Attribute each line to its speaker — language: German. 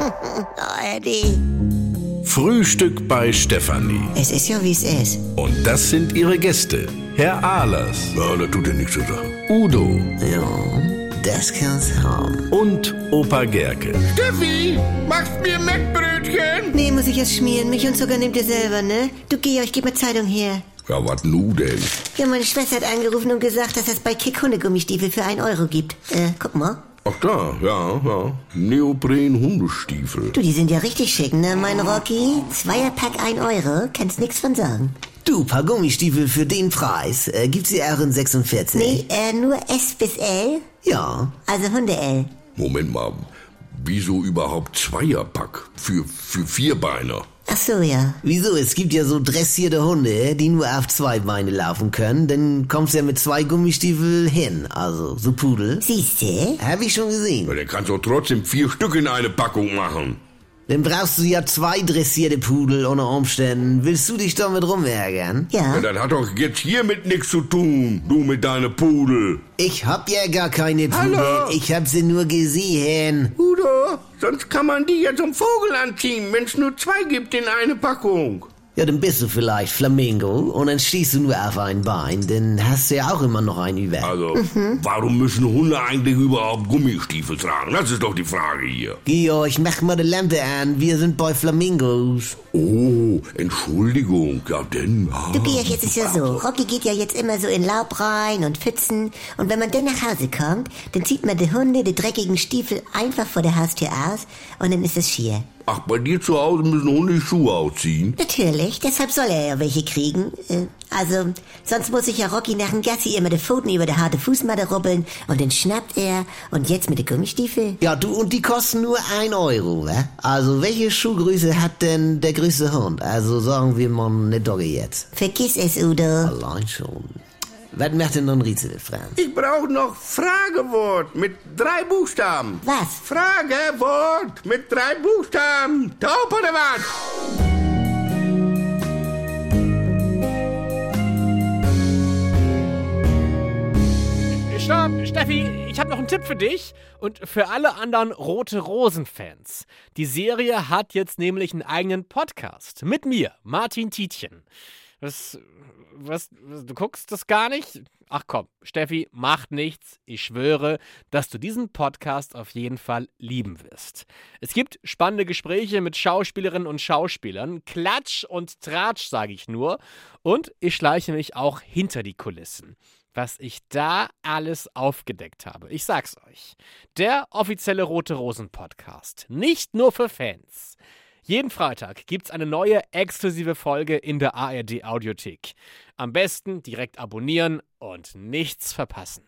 Speaker 1: Oh, Eddie.
Speaker 2: Frühstück bei Stefanie.
Speaker 1: Es ist ja, wie es ist.
Speaker 2: Und das sind ihre Gäste. Herr Ahlers. Ja, das tut ja nichts zu sagen. Udo
Speaker 1: Ja, das kann's haben.
Speaker 2: und Opa Gerke.
Speaker 3: Steffi, machst mir Mettbrötchen?
Speaker 1: Nee, muss ich erst schmieren. Milch und Zucker nehmt ihr selber, ne? Du, Georg, gib mal Zeitung her.
Speaker 3: Ja, was nu denn?
Speaker 1: Ja, meine Schwester hat angerufen und gesagt, dass es bei Kick Hundegummistiefel für 1 Euro gibt. Äh, guck mal.
Speaker 3: Ach da, ja, ja. Neopren-Hundestiefel.
Speaker 1: Du, die sind ja richtig schick, ne, mein Rocky? Zweierpack 1 Euro, kannst nix von sagen.
Speaker 4: Du, paar Gummistiefel für den Preis. Äh, gibt's die RN46?
Speaker 1: Nee, äh, nur S bis L,
Speaker 4: Ja.
Speaker 1: also Hunde L.
Speaker 3: Moment mal, wieso überhaupt Zweierpack? Für, für Vierbeiner?
Speaker 1: Ach so, ja.
Speaker 4: Wieso? Es gibt ja so dressierte Hunde, die nur auf zwei Beine laufen können. Dann kommst du ja mit zwei Gummistiefeln hin. Also, so Pudel.
Speaker 1: Siehste?
Speaker 4: Hab ich schon gesehen.
Speaker 3: Ja, der kannst doch trotzdem vier Stück in eine Packung machen.
Speaker 4: Dann brauchst du ja zwei dressierte Pudel unter Umständen. Willst du dich damit rumärgern?
Speaker 3: Ja,
Speaker 1: Ja.
Speaker 3: das hat doch jetzt hiermit nichts zu tun, du mit deiner Pudel.
Speaker 4: Ich hab ja gar keine Pudel.
Speaker 3: Hallo.
Speaker 4: Ich hab sie nur gesehen.
Speaker 3: Udo, sonst kann man die ja zum Vogel anziehen, wenn es nur zwei gibt in eine Packung.
Speaker 4: Ja, dann bist du vielleicht Flamingo und dann stehst du nur auf ein Bein. Dann hast du ja auch immer noch einen über.
Speaker 3: Also, warum müssen Hunde eigentlich überhaupt Gummistiefel tragen? Das ist doch die Frage hier.
Speaker 4: Georg, mach mal die Lampe an. Wir sind bei Flamingos.
Speaker 3: Oh, Entschuldigung, ja denn. ah.
Speaker 1: Du, Georg, jetzt ist ja so. Rocky geht ja jetzt immer so in Laub rein und Pfützen. Und wenn man dann nach Hause kommt, dann zieht man die Hunde, die dreckigen Stiefel einfach vor der Haustür aus und dann ist es schier.
Speaker 3: Ach, bei dir zu Hause müssen Hunde die Schuhe ausziehen.
Speaker 1: Natürlich, deshalb soll er ja welche kriegen. Äh, Also, sonst muss ich ja Rocky nach dem Gassi immer die Pfoten über der harte Fußmatte rubbeln und dann schnappt er und jetzt mit den Gummistiefeln.
Speaker 4: Ja, du, und die kosten nur ein Euro, wa? Also, welche Schuhgröße hat denn der größte Hund? Also, sagen wir mal eine Dogge jetzt.
Speaker 1: Vergiss es, Udo.
Speaker 4: Allein schon. Was macht denn nun Riesel, Franz?
Speaker 3: Ich brauche noch Fragewort mit drei Buchstaben.
Speaker 1: Was?
Speaker 3: Fragewort mit drei Buchstaben. Taub oder was?
Speaker 5: Stopp, Steffi, ich habe noch einen Tipp für dich und für alle anderen Rote Rosen-Fans. Die Serie hat jetzt nämlich einen eigenen Podcast mit mir, Martin Tietjen. Was, was, was, du guckst das gar nicht? Ach komm, Steffi, macht nichts. Ich schwöre, dass du diesen Podcast auf jeden Fall lieben wirst. Es gibt spannende Gespräche mit Schauspielerinnen und Schauspielern. Klatsch und Tratsch, sage ich nur. Und ich schleiche mich auch hinter die Kulissen was ich da alles aufgedeckt habe. Ich sag's euch. Der offizielle Rote Rosen Podcast. Nicht nur für Fans. Jeden Freitag gibt's eine neue exklusive Folge in der ARD Audiothek. Am besten direkt abonnieren und nichts verpassen.